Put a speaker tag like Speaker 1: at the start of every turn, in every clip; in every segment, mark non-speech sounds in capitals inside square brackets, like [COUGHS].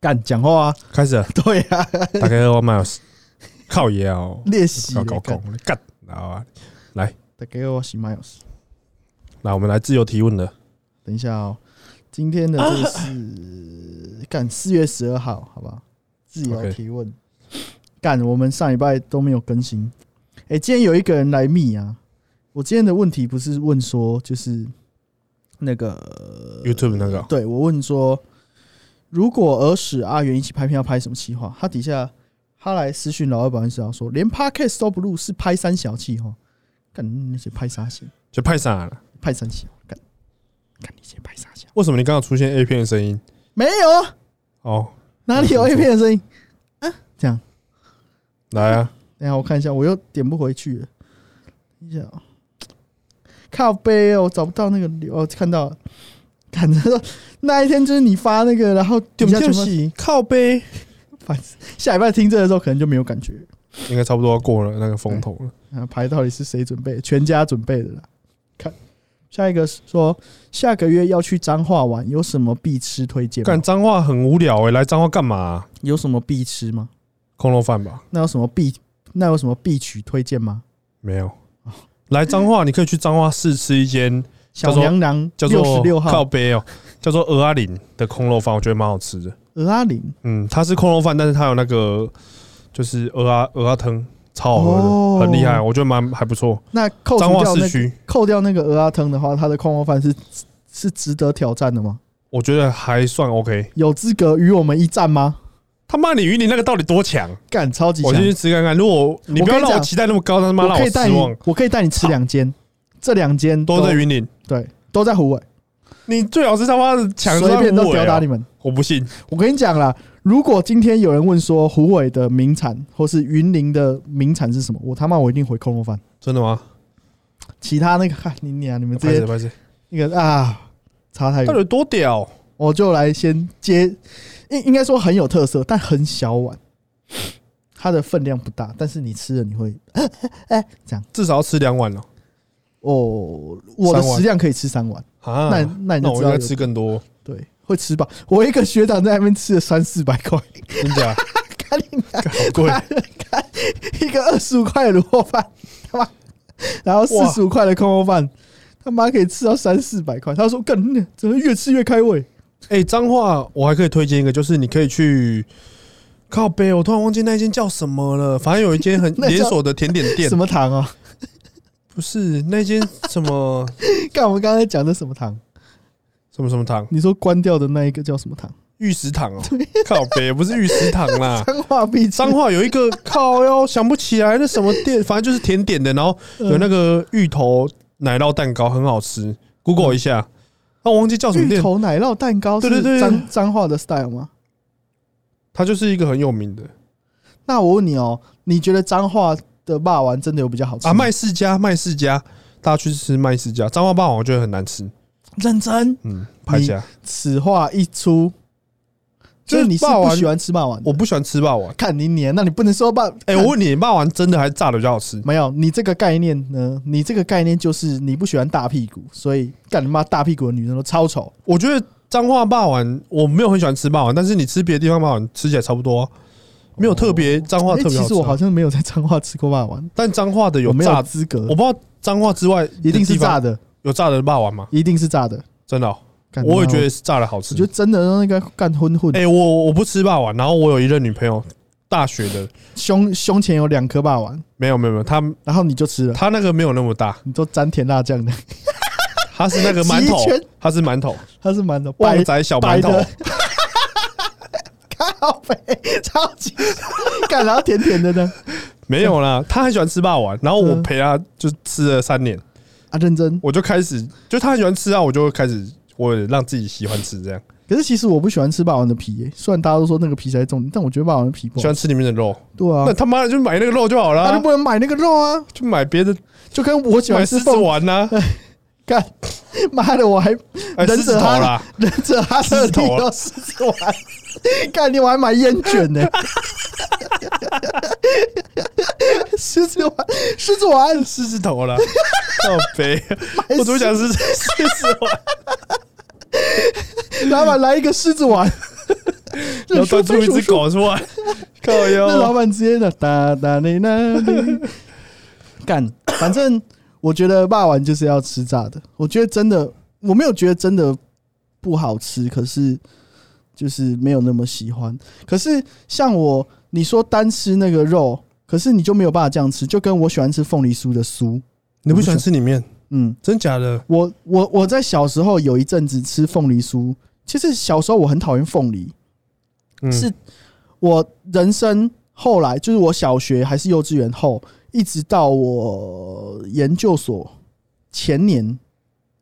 Speaker 1: 干讲话
Speaker 2: [LAUGHS]
Speaker 1: 啊，
Speaker 2: 开始了，
Speaker 1: [LAUGHS] 对啊，
Speaker 2: 大概我买靠爷哦，
Speaker 1: 练习
Speaker 2: 要搞
Speaker 1: 干
Speaker 2: 空干，然后啊，
Speaker 1: 大概我是 Miles。
Speaker 2: 来我们来自由提问的，
Speaker 1: 等一下哦，今天的这个
Speaker 2: [LAUGHS]
Speaker 1: 是干四月十二号，好吧？自由
Speaker 2: OK
Speaker 1: 提问。干，我们上礼拜都没有更新。哎、今天有一个人来密啊。我今天的问题不是问说，就是那个
Speaker 2: YouTube 那个哦
Speaker 1: 对我问说，如果儿使阿元一起拍片，要拍什么企划？他底下他来私讯老二保安室长啊说，连 podcast 都不录，是拍三小气哈。干，那些拍啥小？
Speaker 2: 就派啥了？
Speaker 1: 拍三小？干，干你先拍啥小？
Speaker 2: 为什么你刚刚出现 A 片的声音？
Speaker 1: 没有啊，
Speaker 2: 哦，
Speaker 1: 哪里有 A 片的声音？
Speaker 2: 来啊，
Speaker 1: 等一下我看一下，我又点不回去了。等一下哦，靠背哦，我找不到那个留哦，看到了，感觉到那一天就是你发那个，然后底
Speaker 2: 对不
Speaker 1: 下全部
Speaker 2: 起，靠背，
Speaker 1: 烦死。下礼拜听这个的时候可能就没有感觉。
Speaker 2: 应该差不多要过了那个风头了。
Speaker 1: 啊，牌到底是谁准备？全家准备的啦。看下一个是说，下个月要去彰化玩，有什么必吃推荐
Speaker 2: 干
Speaker 1: 吗？
Speaker 2: 脏话很无聊哎，来脏话干嘛？
Speaker 1: 有什么必吃吗？
Speaker 2: 空肉饭吧？
Speaker 1: 那有什么必那有什么必取推荐吗？[LAUGHS]
Speaker 2: 没有。来彰化，你可以去彰化市吃一间
Speaker 1: 小
Speaker 2: 叫做
Speaker 1: 娘娘
Speaker 2: 叫
Speaker 1: 六十六
Speaker 2: 做靠
Speaker 1: 号
Speaker 2: 背哦，叫做鹅阿岭的空肉饭，我觉得蛮好吃的。
Speaker 1: 鹅阿岭。
Speaker 2: 嗯，它是空肉饭，但是它有那个就是鹅啊鹅啊汤，超好喝的，
Speaker 1: 哦
Speaker 2: 很厉害，我觉得蛮还不错。
Speaker 1: 那扣除
Speaker 2: 彰化
Speaker 1: 掉那
Speaker 2: 市
Speaker 1: 个
Speaker 2: 区，
Speaker 1: 扣掉那个鹅阿汤的话，它的空锅饭是是值得挑战的吗？
Speaker 2: 我觉得还算 OK。
Speaker 1: 有资格与我们一战吗？
Speaker 2: 他妈，你云林那个到底多强？
Speaker 1: 干，超级
Speaker 2: 我
Speaker 1: 强！
Speaker 2: 先去吃看看。如果你
Speaker 1: 我
Speaker 2: 不
Speaker 1: 跟
Speaker 2: 要
Speaker 1: 你
Speaker 2: 让我
Speaker 1: 讲
Speaker 2: 期待那么高，他妈
Speaker 1: 我
Speaker 2: 让
Speaker 1: 可以带
Speaker 2: 失
Speaker 1: 你
Speaker 2: 望。，
Speaker 1: 我可以带你吃两间，这两间
Speaker 2: 都在云林，
Speaker 1: 对，都在湖尾，
Speaker 2: 你最好是他妈的强
Speaker 1: 随便
Speaker 2: 到
Speaker 1: 都
Speaker 2: 尾
Speaker 1: 吊打你
Speaker 2: 啊！
Speaker 1: 们。
Speaker 2: 我不信，
Speaker 1: 我跟你讲啦，如果今天有人问说虎尾的名产或是云林的名产是什么，我他妈我一定回空锅饭。
Speaker 2: 真的吗？
Speaker 1: 其他那个，看你娘，你们这
Speaker 2: 拍谁
Speaker 1: 些
Speaker 2: 拍谁？
Speaker 1: 那个啊，差太远
Speaker 2: 到底。有多屌？
Speaker 1: 我就来先接，应应该说很有特色，但很小碗，它的分量不大，但是你吃了你会，哎，这样
Speaker 2: 至少要吃两碗了
Speaker 1: 哦，我的
Speaker 2: 三碗
Speaker 1: 食量可以吃三碗，
Speaker 2: 啊！
Speaker 1: 那那你
Speaker 2: 那
Speaker 1: 就知
Speaker 2: 我
Speaker 1: 道
Speaker 2: 应该
Speaker 1: 有
Speaker 2: 吃更多，
Speaker 1: 对，会吃饱。我一个学长在那边吃了三四百块，[LAUGHS]
Speaker 2: 真假？
Speaker 1: 看你
Speaker 2: 干好贵，
Speaker 1: [LAUGHS] 一个二十五块的卤肉饭， [LAUGHS] 他妈，然后四
Speaker 2: 哇
Speaker 1: 十五块的空肉饭，他妈可以吃到三四百块。他说：“更怎么越吃越开胃
Speaker 2: 哎、彰化我还可以推荐一个，就是你可以去靠北，我突然忘记那一间叫什么了。反正有一间很
Speaker 1: [LAUGHS] 那叫
Speaker 2: 连锁的甜点？”店
Speaker 1: 什，么糖啊？ [LAUGHS]
Speaker 2: 不是那间什么
Speaker 1: 看我们刚才讲的什么糖？
Speaker 2: 什么什么堂，
Speaker 1: 你说关掉的那一个叫什么糖？。
Speaker 2: 玉石堂哦、靠北不是玉石堂啦
Speaker 1: [LAUGHS] 脏话必吃
Speaker 2: 彰化有一个靠哟，想不起来那什么店，反正就是甜点的，然后有那个芋头奶酪蛋糕很好吃，Google 一下。那、我忘记叫什么
Speaker 1: 芋
Speaker 2: 店，
Speaker 1: 头奶酪蛋糕
Speaker 2: 对对
Speaker 1: 是
Speaker 2: 对
Speaker 1: 脏脏话的 style 吗？
Speaker 2: 它就是一个很有名的
Speaker 1: 那我问你哦，你觉得脏话的霸王真的有比较好吃吗
Speaker 2: 啊，麦世家，麦世家，大家去吃麦世家，彰化霸王我觉得很难吃，
Speaker 1: 认真，
Speaker 2: 嗯，拍下。
Speaker 1: 此话一出，就
Speaker 2: 就
Speaker 1: 是是你是
Speaker 2: 霸
Speaker 1: 不
Speaker 2: 王
Speaker 1: 喜欢吃霸王的，
Speaker 2: 我不喜欢吃霸王。
Speaker 1: 看你黏，那你不能说霸。
Speaker 2: 哎、
Speaker 1: 看
Speaker 2: 我问你，霸王真的还是炸的比较好吃？
Speaker 1: 没有你这个概念呢？你这个概念就是你不喜欢大屁股，所以干你妈大屁股的女生都超丑。
Speaker 2: 我觉得彰化霸王我没有很喜欢吃霸王，但是你吃别的地方霸王吃起来差不多啊、没有特别彰化
Speaker 1: 哎
Speaker 2: 特别
Speaker 1: 其
Speaker 2: 好
Speaker 1: 实
Speaker 2: 吃
Speaker 1: 我
Speaker 2: 啊、
Speaker 1: 好像没有在彰化吃过霸王，
Speaker 2: 但彰化的有
Speaker 1: 我没
Speaker 2: 炸
Speaker 1: 有
Speaker 2: 的，
Speaker 1: 资格
Speaker 2: 我，不知道彰化之外
Speaker 1: 一定是炸
Speaker 2: 的地
Speaker 1: 的，
Speaker 2: 方有炸的霸王吗？
Speaker 1: 一定是炸的。
Speaker 2: 真的哦、
Speaker 1: 干
Speaker 2: 我也
Speaker 1: 妈
Speaker 2: 觉得是炸的好吃
Speaker 1: 我觉。得真的那个干混混
Speaker 2: 哎、，我我不吃霸王，然后我有一任女朋友，大学的，
Speaker 1: 胸胸前有两颗霸王，
Speaker 2: 没有没有没有，她
Speaker 1: 然后你就吃了，
Speaker 2: 她那个没有那么大，
Speaker 1: 你都沾甜辣酱的，
Speaker 2: 她是那个
Speaker 1: [LAUGHS]
Speaker 2: 馒
Speaker 1: 极圈
Speaker 2: 头，她是馒头，
Speaker 1: 它是馒头白
Speaker 2: 旺仔小
Speaker 1: 白
Speaker 2: 馒头
Speaker 1: 的， [LAUGHS] 靠北，超级干，然后甜甜的呢，
Speaker 2: 没有啦，她很喜欢吃霸王，然后我
Speaker 1: 嗯
Speaker 2: 陪她就吃了三年。
Speaker 1: 啊，认真。
Speaker 2: 我就开始，就他很喜欢吃啊，我就会开始，我也让自己喜欢吃这样，
Speaker 1: 可是其实我不喜欢吃霸王的皮耶、虽然大家都说那个皮才是重点，但我觉得霸王的皮不
Speaker 2: 喜
Speaker 1: 好
Speaker 2: 欢。吃里面的肉。
Speaker 1: 对啊
Speaker 2: 那，他妈的就买那个肉就好了
Speaker 1: 那就
Speaker 2: 啊，
Speaker 1: 不能买那个肉啊，
Speaker 2: 就买别的，
Speaker 1: 就跟我喜
Speaker 2: 买
Speaker 1: 欢
Speaker 2: 狮
Speaker 1: 吃
Speaker 2: 子
Speaker 1: 凤
Speaker 2: 丸呐，
Speaker 1: 干， [LAUGHS] 妈的，我还
Speaker 2: 哎，
Speaker 1: 忍
Speaker 2: 狮子
Speaker 1: 者
Speaker 2: 头
Speaker 1: 哈
Speaker 2: 啦，
Speaker 1: 忍者哈特利都狮子丸，干你我还买烟卷呢、 [LAUGHS] 狮子丸，狮子丸，
Speaker 2: 狮子头
Speaker 1: [LAUGHS]
Speaker 2: 啦，好肥，
Speaker 1: 哎
Speaker 2: 我怎么讲是
Speaker 1: [LAUGHS]
Speaker 2: 狮子丸？
Speaker 1: 老板来一个狮子丸，
Speaker 2: [LAUGHS] 然后端出一
Speaker 1: [LAUGHS]
Speaker 2: 只狗出来，靠
Speaker 1: 那老
Speaker 2: 腰，
Speaker 1: 板直接的哒哒哩啦哩，干，反正我觉得霸王就是要吃炸的。我觉得真的，我没有觉得真的不好吃，可是就是没有那么喜欢。可是像我，你说单吃那个肉，可是你就没有办法这样吃，就跟我喜欢吃凤梨酥的酥，
Speaker 2: 你不喜欢吃里面？
Speaker 1: 嗯，
Speaker 2: 真假的？
Speaker 1: 我我我在小时候有一阵子吃凤梨酥，其实小时候我很讨厌凤梨，
Speaker 2: 嗯
Speaker 1: 是我人生后来就是我小学还是幼稚园后，一直到我研究所前年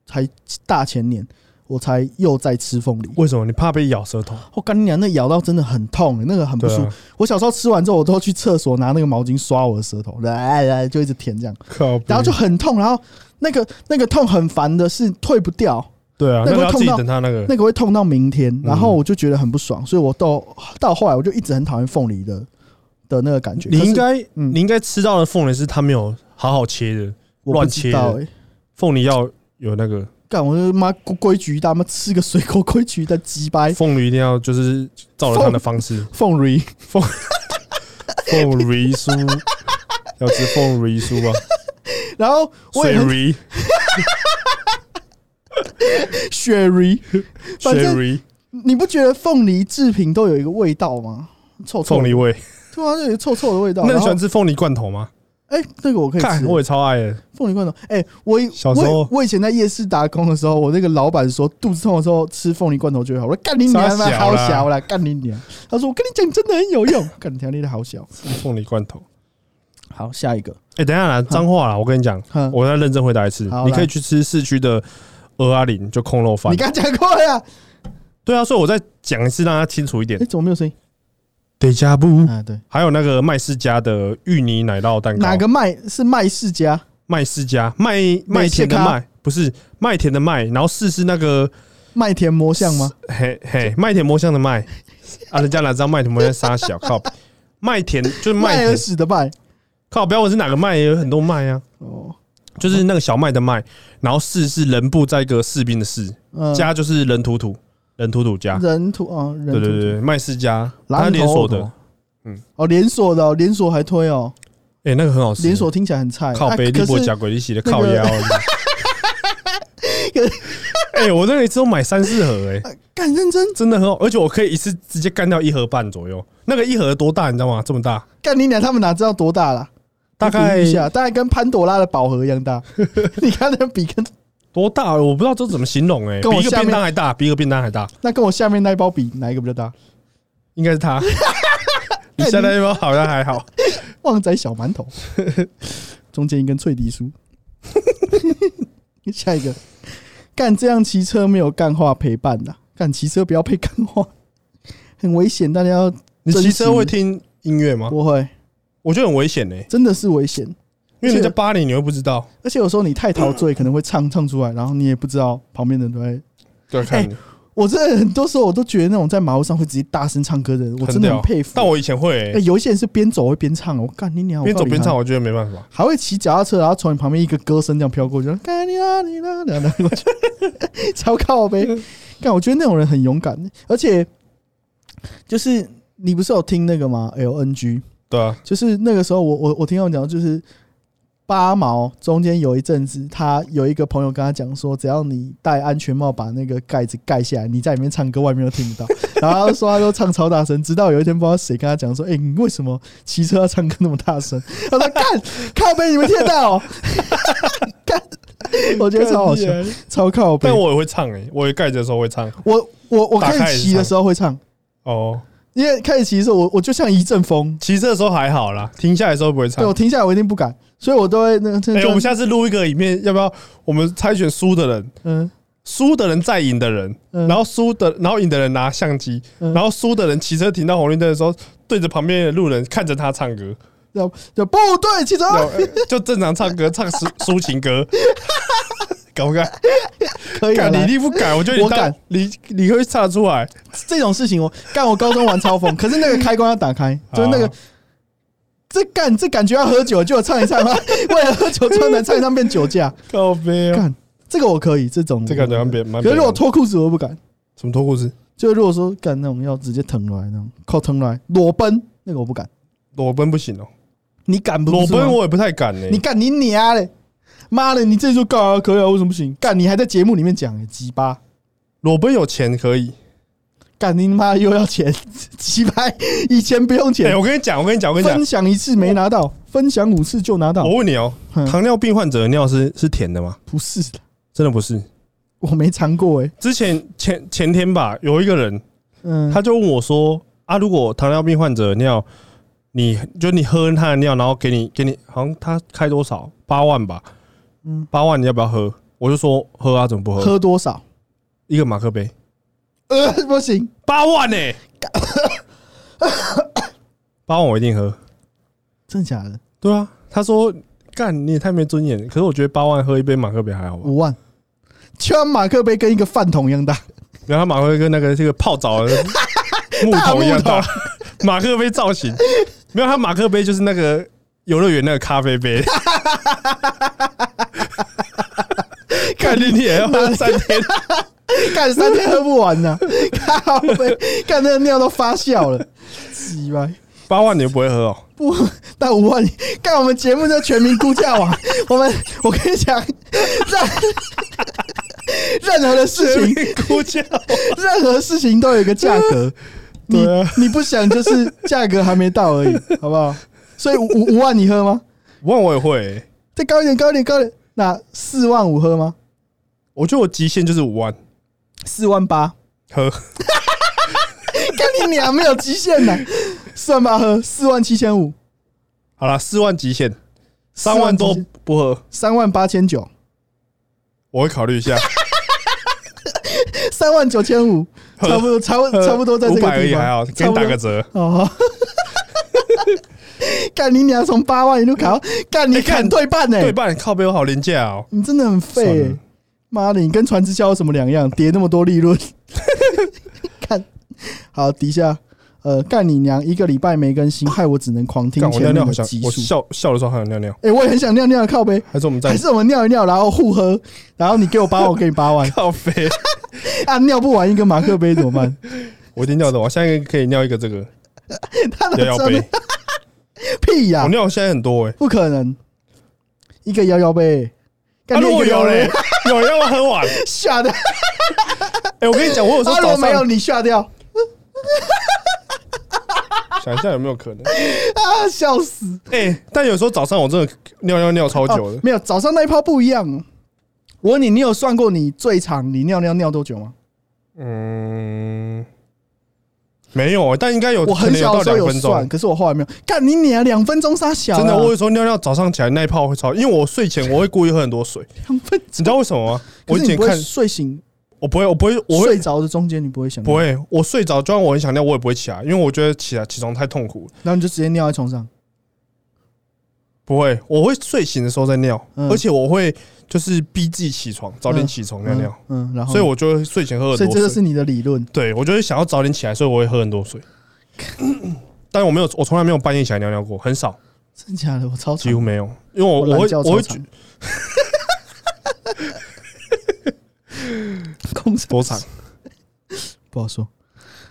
Speaker 1: 才大前年，我才又在吃凤梨。
Speaker 2: 为什么？你怕被咬舌头？
Speaker 1: 我干、你娘，那咬到真的很痛、欸那个很不
Speaker 2: 对
Speaker 1: 舒服。
Speaker 2: 啊，
Speaker 1: 我小时候吃完之后，我都去厕所拿那个毛巾刷我的舌头，来来就一直舔这样，
Speaker 2: 啊靠背，
Speaker 1: 然后就很痛，然后那个那个痛很烦的是退不掉。
Speaker 2: 对啊，
Speaker 1: 那个
Speaker 2: 那个要自
Speaker 1: 痛
Speaker 2: 己
Speaker 1: 到
Speaker 2: 等它那个，
Speaker 1: 那个会痛到明天，然后
Speaker 2: 嗯
Speaker 1: 我就觉得很不爽，所以我到到后来我就一直很讨厌凤梨的的那个感觉。
Speaker 2: 你
Speaker 1: 可是
Speaker 2: 应该
Speaker 1: 嗯
Speaker 2: 你应该吃到的凤梨是它没有好好切的，
Speaker 1: 我不
Speaker 2: 乱
Speaker 1: 知
Speaker 2: 切
Speaker 1: 道
Speaker 2: 的
Speaker 1: 欸
Speaker 2: 凤梨要有那个
Speaker 1: 干我就妈规规矩大妈吃个水果规矩的鸡
Speaker 2: [LAUGHS]
Speaker 1: 掰
Speaker 2: 凤梨一定要就是照着它的方式，
Speaker 1: 凤梨，
Speaker 2: 凤梨
Speaker 1: [LAUGHS]
Speaker 2: 酥要吃凤梨酥吧，
Speaker 1: 然后我
Speaker 2: 水
Speaker 1: 也很
Speaker 2: 梨
Speaker 1: 雪梨，反
Speaker 2: 水
Speaker 1: 正
Speaker 2: 梨
Speaker 1: 你不觉得凤梨制品都有一个味道吗？臭臭的
Speaker 2: 凤梨，味。
Speaker 1: 对啊，就有臭臭的味道。
Speaker 2: 那你
Speaker 1: 然
Speaker 2: 喜
Speaker 1: 后
Speaker 2: 欢吃凤梨罐头吗？
Speaker 1: 哎，那个我可以
Speaker 2: 看
Speaker 1: 吃
Speaker 2: 我也超爱的，
Speaker 1: 凤梨罐头。哎，我以
Speaker 2: 小时候
Speaker 1: 我以我以前在夜市打工的时候，我那个老板说肚子痛的时候吃凤梨罐头就会好。我说干你娘
Speaker 2: 傻
Speaker 1: 啊，
Speaker 2: 小
Speaker 1: 好
Speaker 2: 啦
Speaker 1: 小啦，干你娘！他说我跟你讲，真的很有用。干你娘，你的好小。
Speaker 2: 凤梨罐头。
Speaker 1: 好，下一个，
Speaker 2: 哎，等一下啦，脏话啦，我跟你讲，
Speaker 1: 哼，
Speaker 2: 我再认真回答一次
Speaker 1: 嗯好，
Speaker 2: 你
Speaker 1: 来
Speaker 2: 可以去吃市区的鹅阿林，就空肉饭
Speaker 1: 你。刚讲过
Speaker 2: [LAUGHS]
Speaker 1: 了呀。
Speaker 2: 对啊，所以我再讲一次，让大家清楚一点
Speaker 1: 哎，。怎么没有声音？
Speaker 2: 得加布，
Speaker 1: 啊，对，
Speaker 2: 还有那个麦世家的芋泥奶酪蛋糕。
Speaker 1: 哪个麦是麦世家？
Speaker 2: 麦世家？麦麦田的麦，不是麦田的麦，然后四是那个
Speaker 1: 麦田魔像吗？
Speaker 2: 嘿嘿麦田摸象的麦啊，人家哪知道麦田摸象杀小靠北麦田就是麦
Speaker 1: 麦
Speaker 2: 田
Speaker 1: 尔屎的麦。
Speaker 2: 靠，不要问是哪个麦，也有很多麦啊，
Speaker 1: 哦，
Speaker 2: 就是那个小麦的麦，然后四是人部在一个士兵的士，
Speaker 1: 嗯，
Speaker 2: 家就是人土土人土土家，
Speaker 1: 人图啊，人
Speaker 2: 对
Speaker 1: 图
Speaker 2: 对对，麦世家它
Speaker 1: 狼
Speaker 2: 连
Speaker 1: 头
Speaker 2: 锁
Speaker 1: 头
Speaker 2: 的，嗯，
Speaker 1: 哦，连锁的哦，连锁还推哦，
Speaker 2: 哎，那个很好吃，
Speaker 1: 连锁听起来很菜。
Speaker 2: 靠
Speaker 1: 啊
Speaker 2: 北
Speaker 1: 可
Speaker 2: 你不
Speaker 1: 是
Speaker 2: 假鬼你洗的靠
Speaker 1: 那个 [LAUGHS]
Speaker 2: 腰。哎，我那里只有买三四盒哎，
Speaker 1: 干认真
Speaker 2: 真的很好，而且我可以一次直接干掉一盒半左右。那个一盒多大，你知道吗？这么大，
Speaker 1: 干你俩，他们哪知道多大啦？
Speaker 2: 大概
Speaker 1: 你比喻一下，大概跟潘朵拉的宝盒一样
Speaker 2: [LAUGHS]
Speaker 1: 大。你看那比跟
Speaker 2: 多大？我不知道这怎么形容哎、
Speaker 1: 跟我
Speaker 2: 比一个
Speaker 1: 下面
Speaker 2: 便当还大，比一个便当还大，
Speaker 1: 那跟我下面那一包比，哪一个比较大？
Speaker 2: 应该
Speaker 1: [LAUGHS]
Speaker 2: 是它。你下那一包好像还好，
Speaker 1: 旺仔小馒
Speaker 2: [LAUGHS]
Speaker 1: 头，中间一根脆皮酥。 [LAUGHS] 下一个，干这样骑车没有干话陪伴的，干骑车不要配干话，很危险，大家要
Speaker 2: 你骑车
Speaker 1: 真实
Speaker 2: 会听音乐吗？
Speaker 1: 不会，
Speaker 2: 我觉得很危险哎、
Speaker 1: 真的是危险。
Speaker 2: 因为人家扒你，你又不知道。
Speaker 1: 而且有时候你太陶醉，可能会唱唱出来，然后你也不知道旁边的人都在。
Speaker 2: 对，看你、
Speaker 1: 我真的很多时候我都觉得那种在马路上会直接大声唱歌的人，我真的
Speaker 2: 屌
Speaker 1: 很佩服。
Speaker 2: 但我以前会、
Speaker 1: 哎
Speaker 2: 欸，
Speaker 1: 有一些人是边走会边唱，我干你娘！我
Speaker 2: 边走边
Speaker 1: 告诉
Speaker 2: 唱，
Speaker 1: 你，
Speaker 2: 我觉得没办法。
Speaker 1: 还会骑脚踏车，然后从你旁边一个歌声这样飘过去，干你啦你啦，然后过去，
Speaker 2: [LAUGHS]
Speaker 1: 超靠呗。干，我觉得那种人很勇敢，而且就是你不是有听那个吗？LNG，
Speaker 2: 对啊，
Speaker 1: 就是那个时候我我我听他们讲，就是八毛中间有一阵子，他有一个朋友跟他讲说，只要你戴安全帽把那个盖子盖下来，你在里面唱歌，外面都听不
Speaker 2: [LAUGHS]
Speaker 1: 到。然后他说他都唱超大声，直到有一天不知道谁跟他讲说，哎、你为什么骑车要唱歌那么大声？他说干靠背你们听得到、哦， [LAUGHS] 干，我觉得超好笑，哦
Speaker 2: 看你啊
Speaker 1: 超靠背
Speaker 2: [LAUGHS] 但。我也会唱哎、我也盖着的时候会唱。
Speaker 1: 我我我开
Speaker 2: 打开
Speaker 1: 始骑的时候会唱，
Speaker 2: 哦，
Speaker 1: 因为开始骑的时候我我就像一阵风，
Speaker 2: 骑车的时候还好啦，停下来的时候不会唱
Speaker 1: 对。我停下来我一定不敢，所以我都会那个。
Speaker 2: 哎、我们下次录一个影片，要不要？我们猜选输的人，
Speaker 1: 嗯。
Speaker 2: 输的人再赢的人，
Speaker 1: 嗯
Speaker 2: 然后输的，然后赢的人拿相机，
Speaker 1: 嗯
Speaker 2: 然后输的人骑车停到红绿灯的时候，对着旁边的路人看着他唱歌，
Speaker 1: 要要部队汽车，
Speaker 2: 然后呃就正常唱歌，唱抒抒
Speaker 1: [LAUGHS]
Speaker 2: 情歌，敢不敢？
Speaker 1: 可以啊
Speaker 2: 敢你一
Speaker 1: 哎来
Speaker 2: 定不敢，我觉得你
Speaker 1: 我
Speaker 2: 当
Speaker 1: 敢，
Speaker 2: 你你会唱得出来。
Speaker 1: 这种事情我干，我高中玩超疯，可是那个开关要打
Speaker 2: [LAUGHS]
Speaker 1: 开，就是那个
Speaker 2: 好
Speaker 1: 这干这感觉要喝酒，就唱一唱， [LAUGHS] 为了喝酒专门唱一唱变酒驾，
Speaker 2: 告别
Speaker 1: 干这个我可以，这种
Speaker 2: 哦这感觉蛮别蛮别
Speaker 1: 可
Speaker 2: 人
Speaker 1: 是我脱裤子我不敢，
Speaker 2: 什么脱裤子？
Speaker 1: 就如果说干那种要直接腾来那种，靠腾来裸奔那个我不敢，
Speaker 2: 裸奔不行哦、
Speaker 1: 你敢不是
Speaker 2: 裸
Speaker 1: 吗？
Speaker 2: 奔我也不太敢呢、
Speaker 1: 你干你娘嘞！妈的，你这就干啊，可以啊，为什么不行？干你还在节目里面讲、欸，鸡巴！
Speaker 2: 裸奔有钱可以。
Speaker 1: 干你妈又要钱， [LAUGHS] 鸡巴！以前不用
Speaker 2: 哎、
Speaker 1: 钱，
Speaker 2: 我跟你讲，我跟你讲，我跟你讲
Speaker 1: 分，享一次没拿到，分享嗯五次就拿到
Speaker 2: 我，问你哦、
Speaker 1: 哼
Speaker 2: 糖尿病患者的尿是是甜的吗？
Speaker 1: 不是的，
Speaker 2: 真的不是。
Speaker 1: 我没尝过哎、欸。
Speaker 2: 之前前前天吧，有一个人
Speaker 1: 嗯，
Speaker 2: 他就问我说：“啊，如果糖尿病患者的尿，你就你喝他的尿，然后给你给你，好像他开多少八万吧，
Speaker 1: 嗯
Speaker 2: 八万你要不要喝？”我就说：“喝啊，怎么不喝？
Speaker 1: 喝多少？
Speaker 2: 一个马克杯
Speaker 1: 呃，不行，
Speaker 2: 八万呢、
Speaker 1: [COUGHS]
Speaker 2: 八万我一定喝。
Speaker 1: 真的假的？
Speaker 2: 对啊，他说干你也太没尊严了，可是我觉得八万喝一杯马克杯还好吧。
Speaker 1: 五万，就像马克杯跟一个饭桶一样大， [LAUGHS]
Speaker 2: 然后他马克杯跟那个这个泡澡的木头一样
Speaker 1: 大
Speaker 2: 大
Speaker 1: 木，
Speaker 2: 马克杯造型，没有他马克杯就是那个游乐园那个咖啡
Speaker 1: [LAUGHS]
Speaker 2: 杯。看你也要喝三
Speaker 1: [LAUGHS]
Speaker 2: 天，
Speaker 1: 干三天喝不完呐、 [LAUGHS] 靠杯，干那个尿都发酵了，鸡巴！
Speaker 2: 八万你又不会喝哦？
Speaker 1: 不到五万，干我们节目叫全民估价网，我们我跟你讲， [LAUGHS] 任任何的事情，
Speaker 2: 哭叫，
Speaker 1: [LAUGHS] 任何事情都有一个价格，你
Speaker 2: [LAUGHS] 对啊
Speaker 1: 你不想就是价格还没到而已，好不好？所以五五五万你喝吗？
Speaker 2: 五万我也会欸、
Speaker 1: 再高一点，高一点，高一点，那四万五喝吗？
Speaker 2: 我觉得我极限就是五万
Speaker 1: 四万八，
Speaker 2: 喝，
Speaker 1: 看你娘没有极限
Speaker 2: [LAUGHS]
Speaker 1: 呐、四万八喝四万七千五，
Speaker 2: 好啦，四万极限，三万多不喝，
Speaker 1: 三万八千九，
Speaker 2: 我会考虑一下。
Speaker 1: 三万九千五，
Speaker 2: 喝
Speaker 1: 差不多，差不多 [LAUGHS] 差不多在这
Speaker 2: 五
Speaker 1: 个地方，
Speaker 2: 百而已，还好，给
Speaker 1: 差
Speaker 2: 你
Speaker 1: 不
Speaker 2: 打
Speaker 1: 多
Speaker 2: 个折。 [LAUGHS]
Speaker 1: 哦，干你娘！从八万一路砍到，干你
Speaker 2: 哎干
Speaker 1: 砍对半呢、
Speaker 2: 对半靠背我好廉价哦，
Speaker 1: 你真的很废、
Speaker 2: 算了
Speaker 1: 欸，妈的！你跟传直销有什么两样？跌那么多利
Speaker 2: [LAUGHS]
Speaker 1: 润，看好底下，呃，干你娘！一个礼拜没更新，害我只能狂听
Speaker 2: 干我
Speaker 1: 前
Speaker 2: 尿
Speaker 1: 面
Speaker 2: 尿好
Speaker 1: 的
Speaker 2: 像
Speaker 1: 集
Speaker 2: 我
Speaker 1: 数。
Speaker 2: 笑笑的时候还有尿尿，
Speaker 1: 哎、我也很想尿尿，靠背，
Speaker 2: 还是我 [LAUGHS] 们在
Speaker 1: 还是我们尿一尿，然后互喝，然后你给我八万，我给你八
Speaker 2: [LAUGHS]
Speaker 1: 万
Speaker 2: 靠背，
Speaker 1: 啊！尿不完一个马克杯怎么
Speaker 2: [LAUGHS]
Speaker 1: 办？
Speaker 2: 我一定尿的，我现在可以尿一
Speaker 1: [LAUGHS]
Speaker 2: 个这个
Speaker 1: 他的
Speaker 2: 摇摇杯，
Speaker 1: 屁呀、
Speaker 2: 我尿现在很多哎。
Speaker 1: 不可能！一个摇摇杯，
Speaker 2: 啊，
Speaker 1: 干
Speaker 2: 如
Speaker 1: 一
Speaker 2: 果
Speaker 1: 个摇
Speaker 2: 有
Speaker 1: 摇杯 [LAUGHS]
Speaker 2: 嘞， [LAUGHS] 有人要喝完，
Speaker 1: 吓的。
Speaker 2: 哎，我跟你讲，我有时候
Speaker 1: 啊，如
Speaker 2: 早
Speaker 1: 果没有
Speaker 2: 上
Speaker 1: 你吓掉
Speaker 2: 想一下有没有可能，
Speaker 1: 啊，笑死！
Speaker 2: 哎，但有时候早上我真的尿尿尿超久
Speaker 1: 哦
Speaker 2: 的，
Speaker 1: 没有早上那一泡不一样。我问你，你有算过你最长你尿尿尿多久吗？
Speaker 2: 嗯，没有欸，但应该有，
Speaker 1: 我
Speaker 2: 可
Speaker 1: 很
Speaker 2: 能有
Speaker 1: 小
Speaker 2: 到
Speaker 1: 的时候
Speaker 2: 两
Speaker 1: 有
Speaker 2: 分
Speaker 1: 算，
Speaker 2: 钟。
Speaker 1: 可是我后来没有。干你娘，两分钟杀小啊，
Speaker 2: 真的，我有时候尿尿早上起来那一泡会超，因为我睡前我会故意喝很多水，
Speaker 1: 两分
Speaker 2: 你知道为什么吗？
Speaker 1: 可
Speaker 2: 我
Speaker 1: 是你
Speaker 2: 以前
Speaker 1: 不会
Speaker 2: 看，
Speaker 1: 睡醒，
Speaker 2: 我不会，我不会，我会
Speaker 1: 睡着的中间你不会想，
Speaker 2: 不，会，我睡着，就算我很想尿，我也不会起来，因为我觉得起来起床太痛苦了。
Speaker 1: 然后你就直接尿在床上。
Speaker 2: 不会，我会睡醒的时候再尿，
Speaker 1: 嗯
Speaker 2: 而且我会就是逼自己起床，早点
Speaker 1: 嗯
Speaker 2: 起床尿尿，
Speaker 1: 嗯，嗯，然后
Speaker 2: 所以我就会睡前喝很
Speaker 1: 所以
Speaker 2: 多
Speaker 1: 这
Speaker 2: 水。
Speaker 1: 就是你的理论。
Speaker 2: 对我就是想要早点起来，所以我会喝很
Speaker 1: [LAUGHS]
Speaker 2: 多水。但我没有，我从来没有半夜起来尿尿过，很少，
Speaker 1: 真假的？我超
Speaker 2: 几乎
Speaker 1: 长，
Speaker 2: 没有，因为我我
Speaker 1: 懒
Speaker 2: 会
Speaker 1: 觉
Speaker 2: 我
Speaker 1: 超
Speaker 2: 会
Speaker 1: 长
Speaker 2: 觉。 [LAUGHS]
Speaker 1: 空场
Speaker 2: 多长？
Speaker 1: 不好说。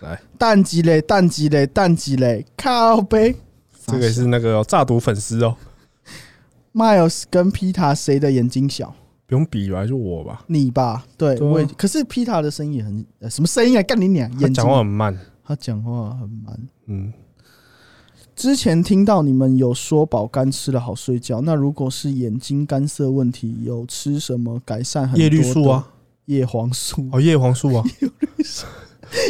Speaker 2: 来，
Speaker 1: 蛋鸡嘞，蛋鸡嘞，蛋鸡嘞，靠背。
Speaker 2: [LAUGHS] 这个也是那个哦诈赌粉丝哦，
Speaker 1: Miles 跟 Pita 谁的眼睛小？
Speaker 2: 不用比吧，就我吧。
Speaker 1: 你吧？对，
Speaker 2: 对啊
Speaker 1: 我也。可是 Pita 的声音也很、呃什么声音啊？干你娘！
Speaker 2: 他
Speaker 1: 眼睛
Speaker 2: 讲话很慢，
Speaker 1: 他讲话很慢。
Speaker 2: 嗯，
Speaker 1: 之前听到你们有说保肝吃了好睡觉，那如果是眼睛干涩问题，有吃什么改善很多？
Speaker 2: 叶绿素啊，，
Speaker 1: 叶黄素、
Speaker 2: 哦，叶黄素
Speaker 1: [LAUGHS]
Speaker 2: 啊。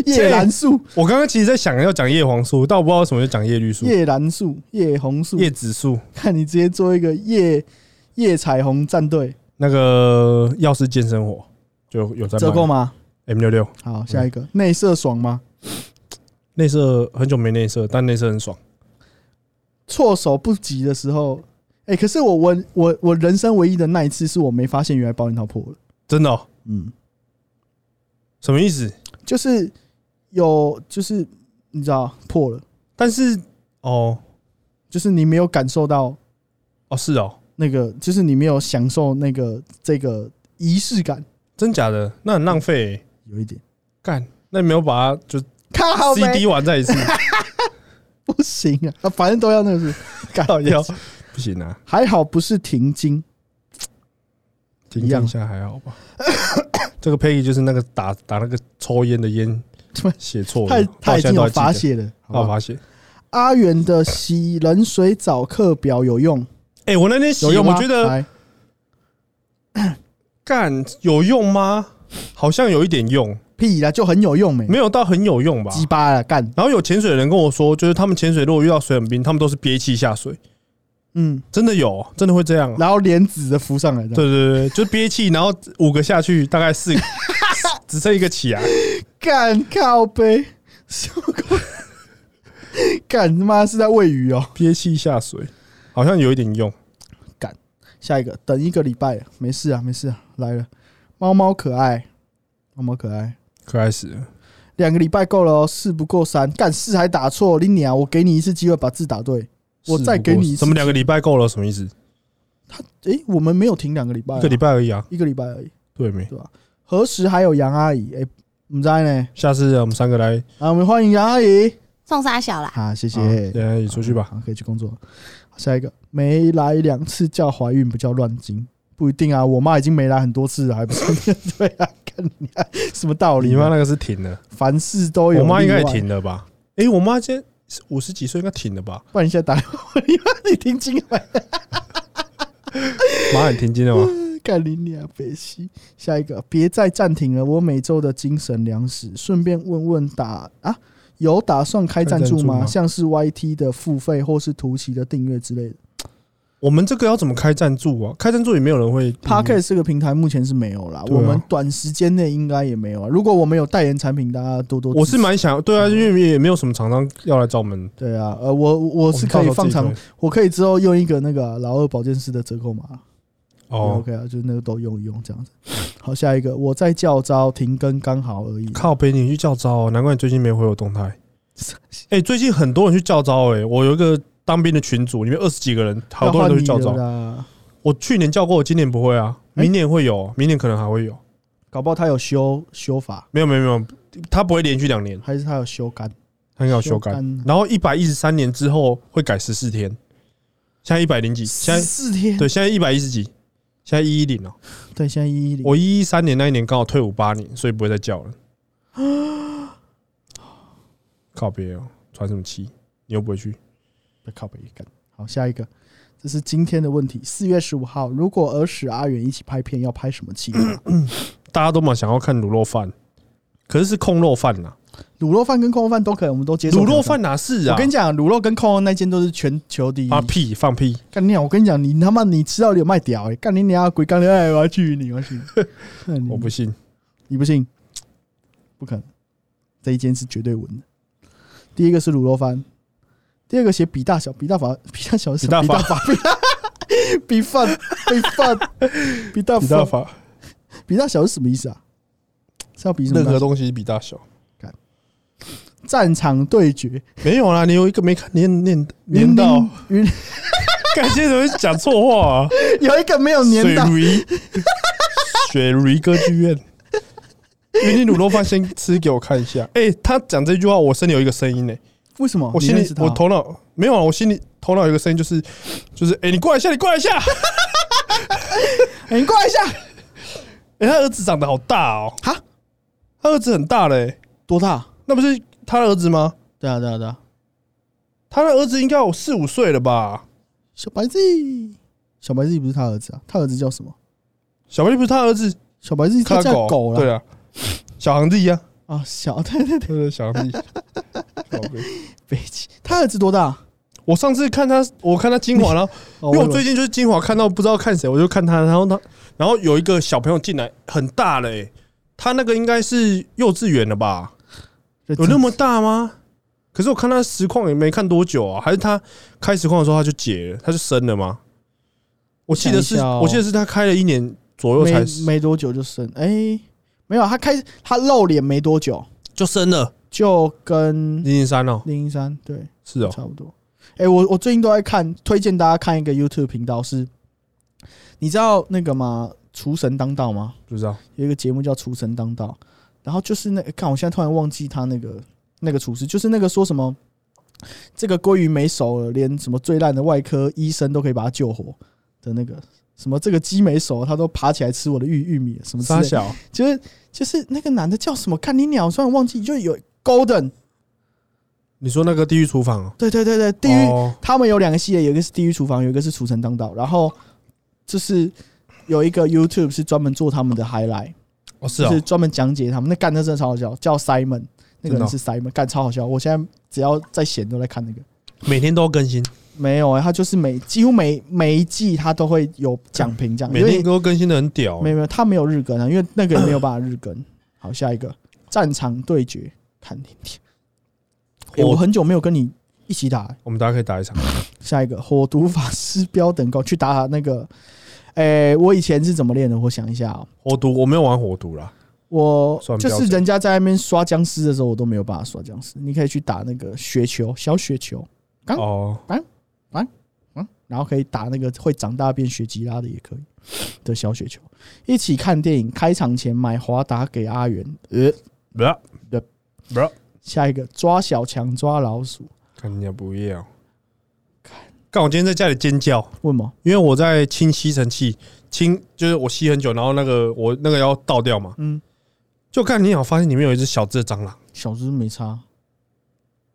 Speaker 1: 叶蓝素、
Speaker 2: 我刚刚其实在想要讲叶黄素，但我不知道为什么就讲叶绿素、
Speaker 1: 叶蓝素、叶红素。
Speaker 2: 叶紫素。
Speaker 1: 看你直接做一个叶叶彩虹战队，
Speaker 2: 那个药师健生活就有在
Speaker 1: 折扣
Speaker 2: 卖
Speaker 1: 吗？
Speaker 2: M 六六
Speaker 1: 好，下一
Speaker 2: 嗯
Speaker 1: 个内射爽吗？
Speaker 2: 内射，很久没内射，但内射很爽。
Speaker 1: 措手不及的时候，哎、可是我我我我人生唯一的那一次，是我没发现原来保险套破了。
Speaker 2: 真的、哦？
Speaker 1: 嗯，
Speaker 2: 什么意思？
Speaker 1: 就是有，就是你知道破了，
Speaker 2: 但是哦
Speaker 1: 就是你没有感受到
Speaker 2: 哦是哦，
Speaker 1: 那个，就是你没有享受那个这个仪式感，
Speaker 2: 真假的？那很浪费欸、
Speaker 1: 有一点。
Speaker 2: 干，那你没有把它就
Speaker 1: 看好
Speaker 2: CD
Speaker 1: 没？[LAUGHS]
Speaker 2: 完再一次，
Speaker 1: 不行啊啊，反正都要那个
Speaker 2: [LAUGHS]
Speaker 1: 是，干
Speaker 2: 靠腰不行啊，
Speaker 1: 还好不是停经，
Speaker 2: 停一下还好吧。 [COUGHS] 这个 Peggy 就是那个打打那个抽烟的烟
Speaker 1: 他妈
Speaker 2: 写错
Speaker 1: 他
Speaker 2: 了，
Speaker 1: 他
Speaker 2: 到
Speaker 1: 已
Speaker 2: 现在
Speaker 1: 经
Speaker 2: 都
Speaker 1: 有
Speaker 2: 还记
Speaker 1: 发
Speaker 2: 得，
Speaker 1: 泄了。好
Speaker 2: 他有
Speaker 1: 吧
Speaker 2: 发泄。
Speaker 1: 阿元的洗冷水澡课表有用，
Speaker 2: 哎，我那天洗，
Speaker 1: 有用
Speaker 2: 我
Speaker 1: 吗？
Speaker 2: 觉得
Speaker 1: 来
Speaker 2: 干有用吗？好像有一点用，
Speaker 1: 屁啦，就很有用没？
Speaker 2: 没有到很有用吧。
Speaker 1: 鸡巴啦，干，
Speaker 2: 然后有潜水的人跟我说，就是他们潜水如果遇到水很冰，他们都是憋气下水，
Speaker 1: 嗯，
Speaker 2: 真的有，真的会这样。啊
Speaker 1: 然后莲子的浮上来的，
Speaker 2: 对对对，就憋气，然后五个下去，大概
Speaker 1: [LAUGHS]
Speaker 2: 四个，只剩一个起来。
Speaker 1: 干靠背， [LAUGHS] 什么鬼干他妈是在喂鱼哦。
Speaker 2: 憋气下水，好像有一点用。
Speaker 1: 下一个，等一个礼拜，没事啊，没事啊，来了，猫猫可爱，猫猫可爱，
Speaker 2: 可爱死了！
Speaker 1: 两个礼拜够了哦，四不过三，干四还打错，你娘！我给你一次机会把字打对，我再给你一次
Speaker 2: 什么两个礼拜够了？什么意思？
Speaker 1: 诶，我们没有停两个礼拜啊、
Speaker 2: 一个礼拜而已啊。
Speaker 1: 一个礼拜而已，
Speaker 2: 对没？
Speaker 1: 何时还有杨阿姨？诶，唔知呢，
Speaker 2: 下次呃我们三个来，
Speaker 1: 啊，我们欢迎杨阿姨，
Speaker 3: 送沙小啦，
Speaker 1: 好、谢谢，
Speaker 2: 啊等一下一起出去吧。
Speaker 1: 好，可以去工作。下一个，没来两次叫怀孕不叫乱经，不一定啊，我妈已经没来很多次了，还不是对啊，看你啊什么道理
Speaker 2: 你
Speaker 1: 啊、
Speaker 2: 妈那个是停了，
Speaker 1: 凡事都有，
Speaker 2: 我妈应该也，停了吧？诶，我妈今天五十几岁，应该停了吧？
Speaker 1: 不然你现在打电话，你妈你听清了，
Speaker 2: 妈很停经
Speaker 1: [LAUGHS]
Speaker 2: 了吗？
Speaker 1: 干你娘北西。下一个，别再暂停了，我每周的精神粮食。顺便问问打啊，有打算开赞助
Speaker 2: 开赞助
Speaker 1: 吗？
Speaker 2: 吗
Speaker 1: 像是 YT 的付费或是图奇的订阅之类的。
Speaker 2: 我们这个要怎么开赞助啊？开赞助也没有人会。
Speaker 1: Podcast 这个平台目前是没有啦，
Speaker 2: 对啊
Speaker 1: 我们短时间内应该也没有啊。如果我们有代言产品，大家多多嗯支持。
Speaker 2: 我是蛮想对啊，因为也没有什么厂商要来找我们。
Speaker 1: 对啊，呃，我我是可以放长
Speaker 2: 我们到时候自己，
Speaker 1: 我可以之后用一个那个啊老二保健师的折扣码啊。
Speaker 2: 哦，
Speaker 1: OK 啊，就是那个都用一用这样子。好，下一个，我在教招停更刚好而已。
Speaker 2: 靠北，你去叫招、哦，难怪你最近没回我动态。哎、最近很多人去叫招、欸，哎，我有一个当兵的群组，里面二十几个人，好多人都去叫
Speaker 1: 要
Speaker 2: 招
Speaker 1: 换你。了啦，
Speaker 2: 我去年叫过，我今年不会啊，
Speaker 1: 欸
Speaker 2: 明年会有，明年可能还会有。
Speaker 1: 搞不好他有修修法，
Speaker 2: 没有没有没有，他不会连续两年，
Speaker 1: 还是他有修干？
Speaker 2: 他应该有修改。
Speaker 1: 干
Speaker 2: 然后一百一十三年之后会改十四天，现在一百零几，现
Speaker 1: 十
Speaker 2: 在
Speaker 1: 四天，
Speaker 2: 对，现在一百一十几，现在一一零哦了。
Speaker 1: 对，现在一一零，
Speaker 2: 我一一三年那一年刚好退伍八年，所以不会再叫了。 [GASPS] 靠别哦，喘什么气？你又不会去。
Speaker 1: 不要靠北干。好，下一个，这是今天的问题。四月十五号，如果儿时阿远一起拍片，要拍什么企
Speaker 2: [CLEARS THROAT]
Speaker 1: 划？
Speaker 2: 大家都蛮想要看卤肉饭，可是是空肉饭呐、
Speaker 1: 卤肉饭跟空肉饭都可以，我们都接受。
Speaker 2: 卤肉，饭哪是啊？
Speaker 1: 我跟你讲，卤肉跟空肉那间都是全球第一。
Speaker 2: 啊屁放屁！
Speaker 1: 干你娘！我跟你讲，你他妈你吃到有卖屌哎！干你娘！鬼干你哎！我要去你，我要去你。
Speaker 2: 我不信，
Speaker 1: 你不信？不可能，这一间是绝对稳的。第一个是卤肉饭，第二个写比大小，比大法，比大小是
Speaker 2: 比大
Speaker 1: 比
Speaker 2: 法
Speaker 1: 大法， [LAUGHS] 比饭，比
Speaker 2: [LAUGHS]
Speaker 1: 饭，比大
Speaker 2: 比大
Speaker 1: 法，
Speaker 2: 法
Speaker 1: 比大小是什么意思啊？是要比什么
Speaker 2: 任
Speaker 1: 大
Speaker 2: 何
Speaker 1: 小？
Speaker 2: 东西比大小
Speaker 1: 战场对决，
Speaker 2: 没有啦。你有一个没看念念
Speaker 1: 云
Speaker 2: 念到
Speaker 1: 林， [LAUGHS] 云
Speaker 2: [LAUGHS] 感谢怎么讲错话啊？
Speaker 1: 有一个没有年
Speaker 2: 水
Speaker 1: 到，
Speaker 2: [LAUGHS] 驴，水驴歌剧 [LAUGHS] 院。云林卤肉饭先吃给我看一下。哎、他讲这句话，我心里有一个声音呢、
Speaker 1: 为什么？
Speaker 2: 我
Speaker 1: 你
Speaker 2: 心
Speaker 1: 认
Speaker 2: 里
Speaker 1: 识他
Speaker 2: 我头脑没有啊，我心里头脑有一个声音，就是就是，哎、你过来一下，你过来一下。 [LAUGHS]
Speaker 1: 哎你过来一下，
Speaker 2: 哎、他儿子长得好大哦、
Speaker 1: 哈，
Speaker 2: 他儿子很大嘞、
Speaker 1: 多大？
Speaker 2: 那不是他的儿子吗？
Speaker 1: 对啊，对啊，对啊，
Speaker 2: 他的儿子应该有四五岁了吧？
Speaker 1: 小白子，小白子不是他儿子啊，他儿子叫什么？
Speaker 2: 小白不是他儿子，
Speaker 1: 小白子他
Speaker 2: 他的
Speaker 1: 叫狗
Speaker 2: 狗
Speaker 1: 了
Speaker 2: 对啊，小航弟呀，
Speaker 1: 啊，小对对对，
Speaker 2: 对对，小航弟。靠北
Speaker 1: 北极，他儿子多大？
Speaker 2: 我上次看他，我看他精华，然后
Speaker 1: 哦
Speaker 2: 因为我
Speaker 1: 以
Speaker 2: 最近就是精华看到不知道看谁，我就看他，然后他，然后有一个小朋友进来，很大嘞、他那个应该是幼稚园了吧？有那么大吗？可是我看他实况也没看多久啊，还是他开实况的时候他就解了，他就生了吗？我记得
Speaker 1: 想
Speaker 2: 是，
Speaker 1: 一下哦
Speaker 2: 我记得是他开了一年左右
Speaker 1: 没
Speaker 2: 才
Speaker 1: 没多久就生，哎、没有，他开他露脸没多久
Speaker 2: 就生了
Speaker 1: 就跟
Speaker 2: 零零三哦，
Speaker 1: 林一山对
Speaker 2: 是哦，
Speaker 1: 差不多。哎、我我最近都在看，推荐大家看一个 YouTube 频道是，你知道那个吗？厨神当道吗？
Speaker 2: 不知道
Speaker 1: 有一个节目叫《厨神当道》，然后就是那看，我现在突然忘记他那个那个厨师，就是那个说什么这个鲑鱼没熟了，连什么最烂的外科医生都可以把它救活的那个什么这个鸡没熟，它都爬起来吃我的玉玉米了什么之类
Speaker 2: 沙
Speaker 1: 的
Speaker 2: 小
Speaker 1: 就是就是那个男的叫什么？看你鸟，虽然忘记，就有 Golden，
Speaker 2: 你说那个地狱厨房哦，
Speaker 1: 对对对对，地狱、
Speaker 2: 哦
Speaker 1: 他们有两个系列，有一个是《地狱厨房》，有一个是《厨神当道》，然后就是有一个 YouTube 是专门做他们的 highlight，、
Speaker 2: 哦是
Speaker 1: 就
Speaker 2: 哦
Speaker 1: 是，专门讲解他们。那干那真的超好笑，叫 Simon，那个
Speaker 2: 真的
Speaker 1: 人
Speaker 2: 哦
Speaker 1: 是 Simon，干超好笑。我现在只要在闲都在看那个。
Speaker 2: 每天都要更新，
Speaker 1: 没有、欸，他就是每几乎每每一季他都会有讲评这样，
Speaker 2: [LAUGHS] 每
Speaker 1: 因为
Speaker 2: 天都更新的很屌啊
Speaker 1: 没。有没有，他没有日更啊，因为那个也没有办法日更。好，下一个战场对决，看天天。欸
Speaker 2: 火
Speaker 1: 我很久没有跟你一起打欸、
Speaker 2: 我们大家可以打一场，
Speaker 1: 下一个火毒法师标等高去打那个，诶、我以前是怎么练的？我想一下哦、
Speaker 2: 火毒我没有玩火毒啦，
Speaker 1: 我
Speaker 2: 算
Speaker 1: 就
Speaker 2: 标
Speaker 1: 是
Speaker 2: 准
Speaker 1: 人家在那边刷僵尸的时候，我都没有办法刷僵尸。你可以去打那个雪球，小雪球，啊
Speaker 2: 哦，
Speaker 1: 嗯，然后可以打那个会长大变雪吉拉的也可以的小雪球。一起看电影，开场前买华达给阿元。呃，
Speaker 2: 不要
Speaker 1: 对
Speaker 2: 不要，
Speaker 1: 下一个抓小强抓老鼠，
Speaker 2: 看人家不要。干，我今天在家里尖叫，
Speaker 1: 为什么？
Speaker 2: 因为我在清吸尘器，清就是我吸很久，然后那个我那个要倒掉嘛，
Speaker 1: 嗯，
Speaker 2: 就看你好发现里面有一只小只的蟑螂，
Speaker 1: 小只没差，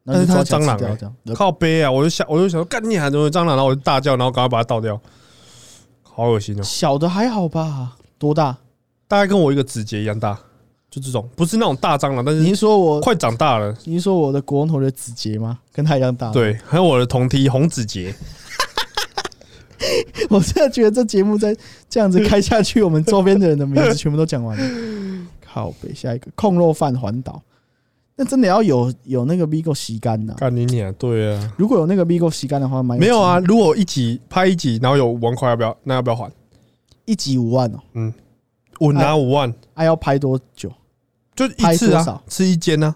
Speaker 2: 但是
Speaker 1: 那
Speaker 2: 它
Speaker 1: 就抓起来
Speaker 2: 蟑螂
Speaker 1: 吃掉
Speaker 2: 欸
Speaker 1: 这样。呃
Speaker 2: 靠背啊，我就想我就想说干你还怎么有蟑螂，然后我就大叫，然后赶快把它倒掉，好恶心哦、
Speaker 1: 小的还好吧？多大？
Speaker 2: 大概跟我一个指节一样大，就这种，不是那种大蟑螂，但
Speaker 1: 你
Speaker 2: 是
Speaker 1: 是说我
Speaker 2: 快长大了。
Speaker 1: 你是说我的国王头的指节吗？跟他一样大。，
Speaker 2: 对，还有我的同梯红指节，
Speaker 1: [LAUGHS] 我真的觉得这节目再这样子开下去，我们周边的人的名字全部都讲完了。
Speaker 2: [LAUGHS]
Speaker 1: 靠北，下一个控肉饭环岛，那真的要有有那个 Vigo 吸干呐。
Speaker 2: 干你娘！对啊，
Speaker 1: 如果有那个 Vigo 吸干的话，蛮
Speaker 2: 没有啊。
Speaker 1: 机
Speaker 2: 如果一集拍一集，然后有五万块，要不要？那要不要还？
Speaker 1: 会，一集五万哦，
Speaker 2: 我拿五万，
Speaker 1: 还要拍多久？
Speaker 2: 就一次
Speaker 1: 拍多
Speaker 2: 啊
Speaker 1: 少，
Speaker 2: 吃一间啊，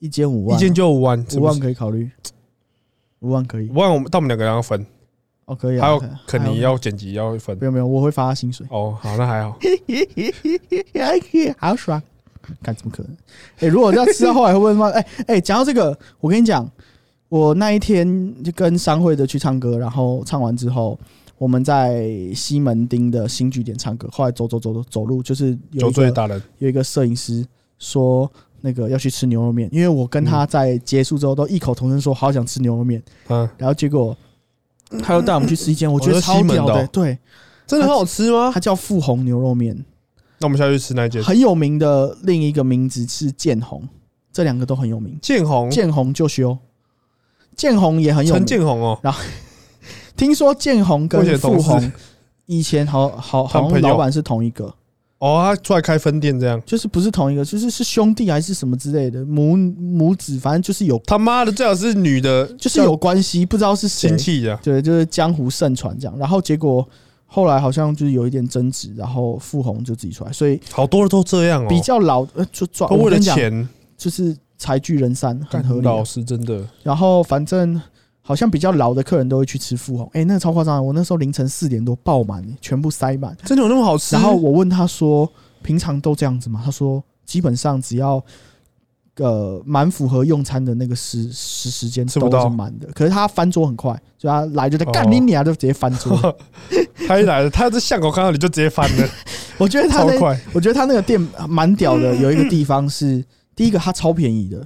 Speaker 1: 一间五
Speaker 2: 一
Speaker 1: 万，
Speaker 2: 间就五万，
Speaker 1: 五万
Speaker 2: 是
Speaker 1: 可以考虑，五万可以
Speaker 2: 不是五万，我们但我们两个人要分，
Speaker 1: 哦，可以啊。
Speaker 2: 还有
Speaker 1: 可以啊
Speaker 2: 肯
Speaker 1: 还有
Speaker 2: 尼要剪辑要分
Speaker 1: 没。有没有，我会发他薪水。
Speaker 2: 哦，好，
Speaker 1: [LAUGHS]
Speaker 2: 那还好。
Speaker 1: 好爽！看怎么可能？哎、如果要吃到后来会不会骂？哎 [LAUGHS] 哎，讲、到这个，我跟你讲，我那一天就跟商会的去唱歌，然后唱完之后，我们在西门町的新据点唱歌，后来走走走走走路，就是有
Speaker 2: 酒
Speaker 1: 一
Speaker 2: 醉
Speaker 1: 个
Speaker 2: 打人，
Speaker 1: 有一个摄影师说。那个要去吃牛肉面，因为我跟他在结束之后都异口同声说好想吃牛肉面，
Speaker 2: 嗯，
Speaker 1: 然后结果他又带我们去吃一间我觉得
Speaker 2: 哦在西
Speaker 1: 超
Speaker 2: 门
Speaker 1: 屌
Speaker 2: 的
Speaker 1: 的、
Speaker 2: 哦
Speaker 1: 对，
Speaker 2: 真的很好吃吗
Speaker 1: 它？叫富红牛肉面，
Speaker 2: 那我们下去吃那一间
Speaker 1: 很有名的另一个名字是建宏，这两个都很有名。
Speaker 2: 建宏，
Speaker 1: 建宏就修，建宏也很有
Speaker 2: 哦陈
Speaker 1: 名。
Speaker 2: 建宏哦，
Speaker 1: 听说建宏
Speaker 2: 我以前
Speaker 1: 跟
Speaker 2: 的同
Speaker 1: 富
Speaker 2: 事
Speaker 1: 宏以前好好
Speaker 2: 他
Speaker 1: 好
Speaker 2: 们
Speaker 1: 像
Speaker 2: 朋友
Speaker 1: 老板是同一个，
Speaker 2: 哦，他出来开分店这样，
Speaker 1: 就是不是同一个，就是是兄弟还是什么之类的母母子，反正就是有
Speaker 2: 他妈的最好是女的，
Speaker 1: 就是有关系，不知道是谁
Speaker 2: 亲。戚啊的，
Speaker 1: 对，就是江湖盛传这样。然后结果后来好像就是有一点争执，然后富宏就自己出来，所以
Speaker 2: 好多都这样哦，
Speaker 1: 比较老呃就抓
Speaker 2: 都
Speaker 1: 我
Speaker 2: 为了
Speaker 1: 跟你讲，
Speaker 2: 钱
Speaker 1: 就是财聚人散，很
Speaker 2: 干
Speaker 1: 合理啊、
Speaker 2: 老师真的
Speaker 1: 然后反正好像比较老的客人都会去吃富红，哎、那个超夸张的！我那时候凌晨四点多爆满，全部塞满。
Speaker 2: 真的有那么好吃？
Speaker 1: 然后我问他说：“平常都这样子吗？”他说：“基本上只要呃蛮符合用餐的那个时时时间
Speaker 2: 吃不
Speaker 1: 都
Speaker 2: 到
Speaker 1: 是满的。可是他翻桌很快，所以他来就在
Speaker 2: 哦
Speaker 1: 干你娘，就直接翻桌。
Speaker 2: [LAUGHS] 他一来了，他在巷口看到你就直接翻了，
Speaker 1: 我觉得 [LAUGHS] 他
Speaker 2: 超
Speaker 1: 那
Speaker 2: 快，
Speaker 1: 我觉得他那个店蛮屌的，有一个地方是第一个它超便宜的，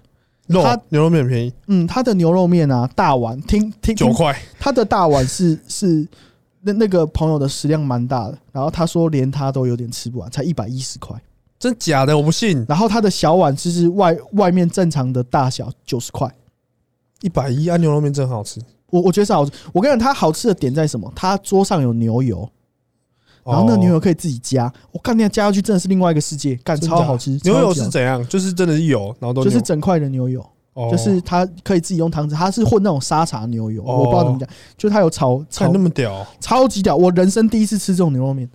Speaker 2: 肉
Speaker 1: 他
Speaker 2: 牛肉面很便宜
Speaker 1: 嗯，它的牛肉面啊大碗，听听
Speaker 2: 九
Speaker 1: 听
Speaker 2: 块，
Speaker 1: 他的大碗是 [LAUGHS] 是那那个朋友的食量蛮大的，然后他说连他都有点吃不完，才一百一十块。
Speaker 2: 真假的我不信，
Speaker 1: 然后他的小碗就是外外面正常的大小九十块。
Speaker 2: 一百一啊牛肉面真好吃。
Speaker 1: 我我觉得是好吃。我跟你讲，它好吃的点在什么？它桌上有牛油，然后那
Speaker 2: 哦
Speaker 1: 牛油可以自己加。我干，那加下去真的是另外一个世界，干
Speaker 2: 真
Speaker 1: 超
Speaker 2: 假
Speaker 1: 好吃。
Speaker 2: 牛
Speaker 1: 超
Speaker 2: 油
Speaker 1: 级
Speaker 2: 是
Speaker 1: 好吃
Speaker 2: 怎样？就是真的是油，然后都
Speaker 1: 就是
Speaker 2: 牛
Speaker 1: 整块的牛油，
Speaker 2: 哦
Speaker 1: 就是它可以自己用汤匙，它是混那种沙茶牛油，
Speaker 2: 哦
Speaker 1: 我不知道怎么讲，就它有炒
Speaker 2: 看
Speaker 1: 炒
Speaker 2: 那么屌，
Speaker 1: 超级屌。我人生第一次吃这种牛肉面。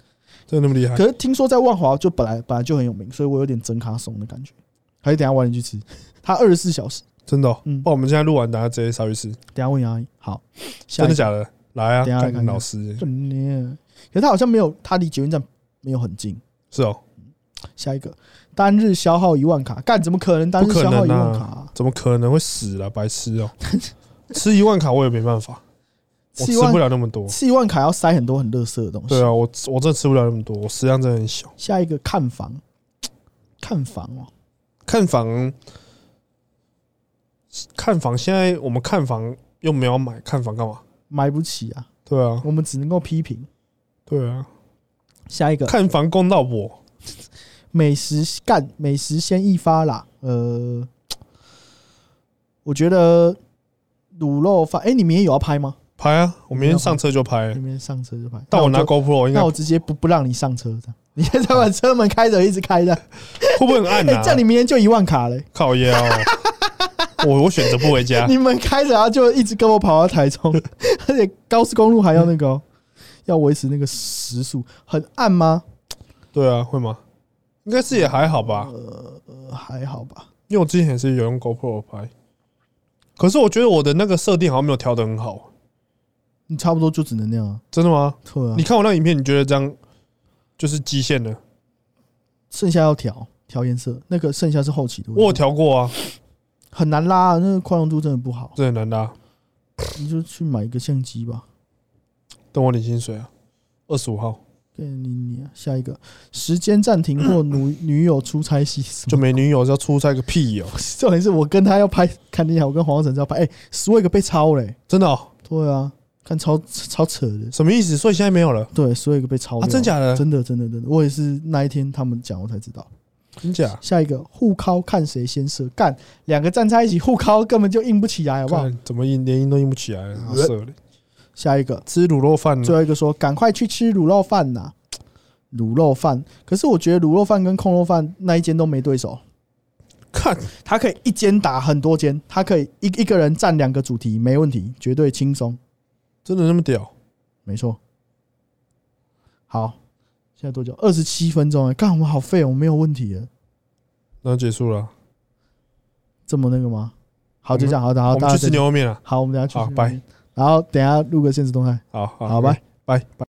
Speaker 2: 真的那么厉害？
Speaker 1: 可是听说在万华就本来本来就很有名，所以我有点真卡怂的感觉。还是等一下晚点去吃，他二十四小时。
Speaker 2: 真的哦，
Speaker 1: 嗯
Speaker 2: 不，我们现在录完，大家直接烧一吃，
Speaker 1: 等一下问杨阿姨。好，下
Speaker 2: 真
Speaker 1: 一个
Speaker 2: 的
Speaker 1: 嗯
Speaker 2: 假的？来啊，
Speaker 1: 等一下来看
Speaker 2: 看
Speaker 1: 看
Speaker 2: 老师
Speaker 1: 真的可是他好像没有，他离捷运站没有很近。
Speaker 2: 是哦，
Speaker 1: 下一个，单日消耗一万卡，干怎么可能单日
Speaker 2: 不可
Speaker 1: 消耗
Speaker 2: 能
Speaker 1: 一万卡、
Speaker 2: 啊，怎么可能会死啊？白痴哦、 [LAUGHS] 吃一万卡我也没办法，我
Speaker 1: 吃一
Speaker 2: 吃不
Speaker 1: 万
Speaker 2: 了那么多。
Speaker 1: 吃一万卡要塞很多很垃圾的东西。
Speaker 2: 对啊，我我真的吃不了那么多，我食量真的很小。
Speaker 1: 下一个看房，看房哦，
Speaker 2: 看房，看房，现在我们看房又没有买，看房干嘛？
Speaker 1: 买不起啊，
Speaker 2: 对啊，
Speaker 1: 我们只能够批评。
Speaker 2: 对啊，
Speaker 1: 下一个
Speaker 2: 看房公道我，
Speaker 1: 美食干美食先一发啦，呃，我觉得卤肉饭，哎、你明天有要拍吗？
Speaker 2: 拍啊！我明天上车就拍、
Speaker 1: 你明天上车就拍，
Speaker 2: 但我
Speaker 1: 嗯
Speaker 2: 拿
Speaker 1: 那就
Speaker 2: GoPro 应该
Speaker 1: 那我直接不不让你上车，这样 [LAUGHS] 你现在把车门开着，一直开着，
Speaker 2: 哦会不会很暗
Speaker 1: 哎、
Speaker 2: 啊？
Speaker 1: [LAUGHS] 这样你明天就一万卡
Speaker 2: [LAUGHS]
Speaker 1: 嘞、[LAUGHS]
Speaker 2: 靠腰，我我选择不回家。
Speaker 1: 你们开着，然后就一直跟我跑到台中， [LAUGHS] 而且高速公路还要那个
Speaker 2: [LAUGHS]
Speaker 1: 哦、要维持那个时速，很暗吗？
Speaker 2: 对啊，会吗？应该是也还好吧，
Speaker 1: 呃还好吧。
Speaker 2: 因为我之前也是有用 GoPro 拍，可是我觉得我的那个设定好像没有调的很好，
Speaker 1: 你差不多就只能那样啊，
Speaker 2: 真的吗？
Speaker 1: 对啊
Speaker 2: 你，看我那影片，你觉得这样就是极限了？
Speaker 1: 嗯剩下要调调颜色，那个剩下是后期的问题，
Speaker 2: 我有调过啊，
Speaker 1: 很难拉、啊，那个宽容度真的不好，
Speaker 2: 这很难啊拉。
Speaker 1: 你就去买一个相机吧。
Speaker 2: 等我领薪水啊，二十五号
Speaker 1: 给你你、啊、下一个时间暂停
Speaker 2: [COUGHS]
Speaker 1: 或女女友出差戏什么
Speaker 2: 就没女友是要出差个屁哦、
Speaker 1: 重点是我跟他要拍看电影，我跟黄浩晨要拍，哎、十位个被抄嘞、
Speaker 2: 真的、哦，
Speaker 1: 对啊，看超超扯的，
Speaker 2: 什么意思？所以现在没有了
Speaker 1: 对，十位个被抄
Speaker 2: 啊？
Speaker 1: 掉、
Speaker 2: 真假的？
Speaker 1: 真的真的真的，我也是那一天他们讲我才知道。
Speaker 2: 真假？
Speaker 1: 下一个互敲看谁先射，干两个站在一起互敲根本就硬不起来，好不好？呃
Speaker 2: 看怎么硬连音都硬不起来了，好色嘞！
Speaker 1: 下一个
Speaker 2: 吃卤肉饭啊
Speaker 1: 最
Speaker 2: 呢？
Speaker 1: 后一个说：“赶快去吃卤肉饭呐！”卤肉饭，可是我觉得卤肉饭跟控肉饭那一间都没对手，
Speaker 2: 看
Speaker 1: 它可以一间打很多间，它可以一一个人占两个主题，没问题，绝对轻松，
Speaker 2: 真的那么屌？
Speaker 1: 没错。好，现在多久？二十七分钟了，干我们好废哦，我没有问题了，
Speaker 2: 然后结束了，啊
Speaker 1: 这么那个吗？好，
Speaker 2: 我们
Speaker 1: 就这样，好的，好，
Speaker 2: 嗯我
Speaker 1: 大家
Speaker 2: 们去
Speaker 1: 再
Speaker 2: 吃
Speaker 1: 见
Speaker 2: 牛肉面了。
Speaker 1: 好，我们等一下去
Speaker 2: 好
Speaker 1: 吃，
Speaker 2: 拜，
Speaker 1: 然后等一下录个现实动态，
Speaker 2: 好好
Speaker 1: 好，拜。。
Speaker 2: 拜拜。